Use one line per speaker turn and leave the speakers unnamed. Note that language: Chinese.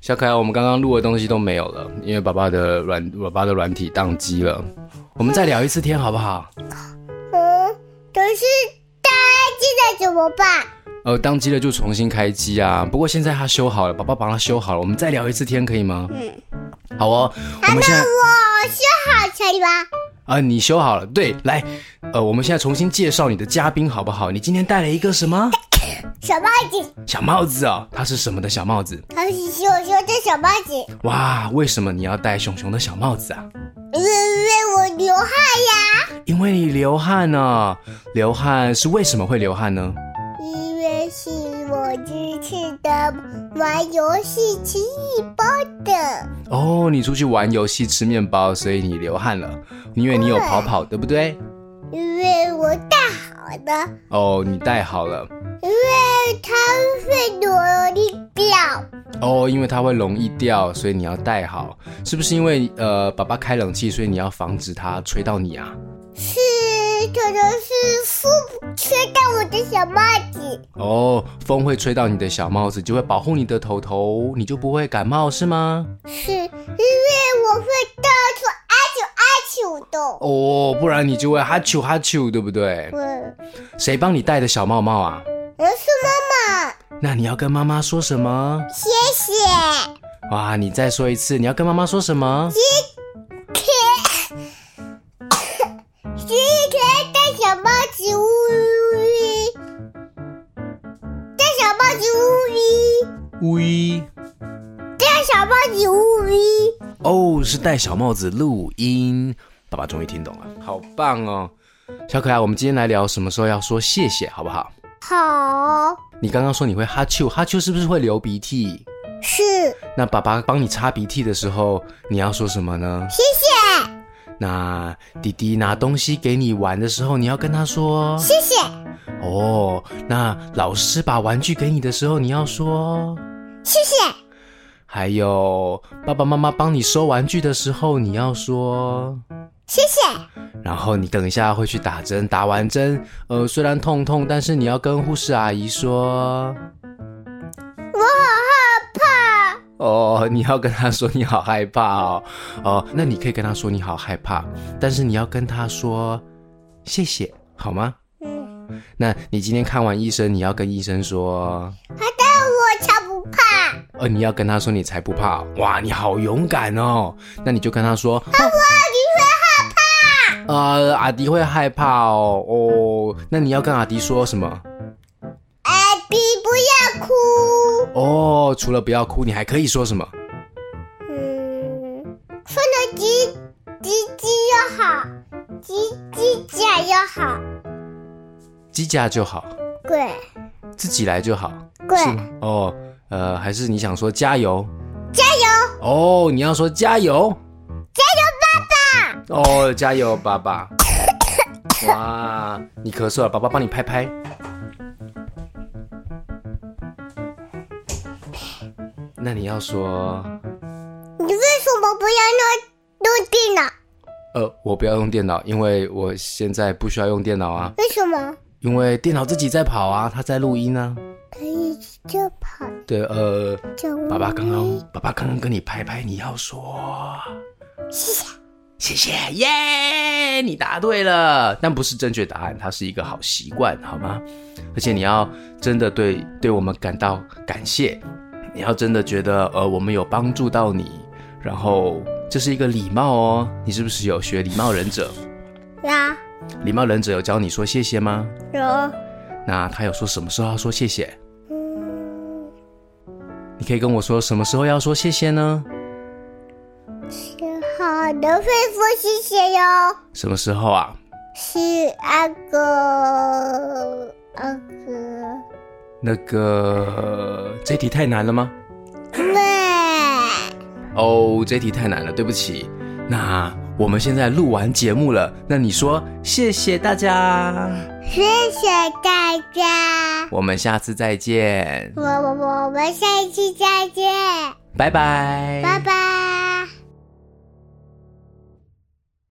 小可爱，我们刚刚录的东西都没有了，因为爸爸的软爸爸的软体宕机了。我们再聊一次天好不好？
嗯，可是大家现在怎么办？
呃，宕机了就重新开机啊。不过现在它修好了，爸爸帮它修好了，我们再聊一次天可以吗？
嗯，
好哦，我们现在
我修好可以吗？
啊、你修好了，对，来，呃，我们现在重新介绍你的嘉宾好不好？你今天带了一个什么
小帽子，
小帽子哦？它是什么的小帽子？啊
他是熊熊的小帽子，
哇，为什么你要戴熊熊的小帽子啊？
因为我流汗呀，
因为你流汗呢、流汗是为什么会流汗呢？
因为是我这次的玩游戏吃一包的。
哦，你出去玩游戏吃面包，所以你流汗了，因为你有跑跑，对不对？
因为我带好的，
哦，你戴好了，
因为它会容易掉。
哦，因为它会容易掉，所以你要戴好，是不是因为呃，爸爸开冷气，所以你要防止它吹到你啊？
是，可能是父母吹到我的小帽子。
哦，风会吹到你的小帽子，就会保护你的头头，你就不会感冒是吗？
是，因为我会到处阿九阿九的。
哦，不然你就会哈啾哈啾，对不对？
嗯，
谁帮你戴的小帽帽啊？
我是妈妈，
那你要跟妈妈说什么？
谢谢。
哇，你再说一次，你要跟妈妈说什么？
今天戴小帽子乌乌戴小帽子乌乌
喂，
戴小帽子乌乌
哦，是戴小帽子录音，爸爸终于听懂了，好棒哦！小可爱，我们今天来聊什么时候要说谢谢，好不好？
好，
你刚刚说你会哈啾，哈啾是不是会流鼻涕？
是。
那爸爸帮你擦鼻涕的时候，你要说什么呢？
谢谢，
那弟弟拿东西给你玩的时候，你要跟他说
谢谢，
哦。那老师把玩具给你的时候，你要说。
谢谢，
还有爸爸妈妈帮你收玩具的时候，你要说。
谢谢，
然后你等一下会去打针，打完针，呃，虽然痛痛，但是你要跟护士阿姨说。
我好害怕。
哦，你要跟她说你好害怕哦，哦，那你可以跟她说你好害怕，但是你要跟她说谢谢，好吗？
嗯，
那你今天看完医生，你要跟医生说，
他带我才不怕。
呃，你要跟他说你才不怕哦，哇，你好勇敢哦。那你就跟他说，呃，阿迪会害怕哦，哦，那你要跟阿迪说什么？
阿比不要哭。
哦，除了不要哭，你还可以说什么？
嗯，说的叽叽叽又好，叽叽叫又好。
鸡架就好，
滚
自己来就好。是
滚，
吗哦，呃，还是你想说加油？
加油！
哦，你要说加油，加油，爸爸！哦，加油，爸爸！哇，你咳嗽了，爸爸帮你拍拍。那你要说，
你为什么不要弄弄电脑？
呃，我不要用电脑，因为我现在不需要用电脑啊，
为什么
因为电脑自己在跑啊，它在录音啊。
可以哎就跑
对，呃，
就？
爸爸刚刚，爸爸刚刚跟你拍拍，你要说
谢谢。
谢谢耶你答对了，但不是正确答案，它是一个好习惯，好吗？而且你要真的对对我们感到感谢，你要真的觉得呃我们有帮助到你，然后这是一个礼貌哦。你是不是有学礼貌忍者？
啦，
礼貌忍者有教你说谢谢吗？
有，
那他有说什么时候要说谢谢？
嗯，
你可以跟我说什么时候要说谢谢呢？
好的，会说谢谢哟。
什么时候啊？
是阿哥，阿哥，
那个这题太难了吗？
对，
哦，这题太难了，对不起。那我们现在录完节目了，那你说谢谢大家，
谢谢大家，
我们下次再见，
我我我们下期再见，
拜拜，
拜拜。